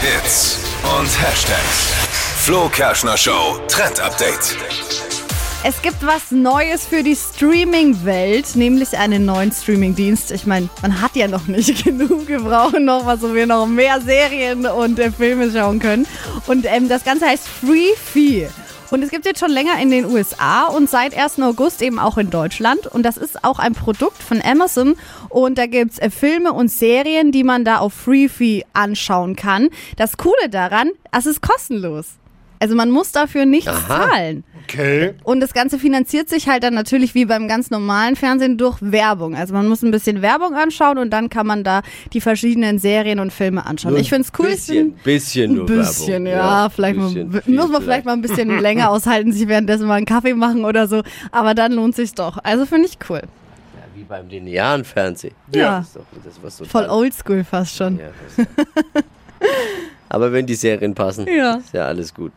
Hits und Hashtags. Flo Kerschner Show Trend Update. Es gibt was Neues für die Streaming-Welt, nämlich einen neuen Streaming-Dienst. Ich meine, man hat ja noch nicht genug. Wir brauchen noch was, wo wir noch mehr Serien und äh, Filme schauen können. Und ähm, das Ganze heißt Free Fee. Und es gibt jetzt schon länger in den USA und seit 1. August eben auch in Deutschland. Und das ist auch ein Produkt von Amazon. Und da gibt's äh, Filme und Serien, die man da auf Freefee anschauen kann. Das Coole daran, es ist kostenlos. Also man muss dafür nichts zahlen. Okay. Und das Ganze finanziert sich halt dann natürlich wie beim ganz normalen Fernsehen durch Werbung. Also man muss ein bisschen Werbung anschauen und dann kann man da die verschiedenen Serien und Filme anschauen. ich finde es cool. es Bisschen, sind- bisschen Ein nur bisschen, Werbung. ja, vielleicht bisschen mal, viel muss man vielleicht mal ein bisschen länger aushalten, sich währenddessen mal einen Kaffee machen oder so. Aber dann lohnt sich doch. Also finde ich cool. Ja, Wie beim linearen Fernsehen. Ja. Das ist doch das, was total- Voll oldschool fast schon. Ja, das- Aber wenn die Serien passen, Ja. ist ja alles gut.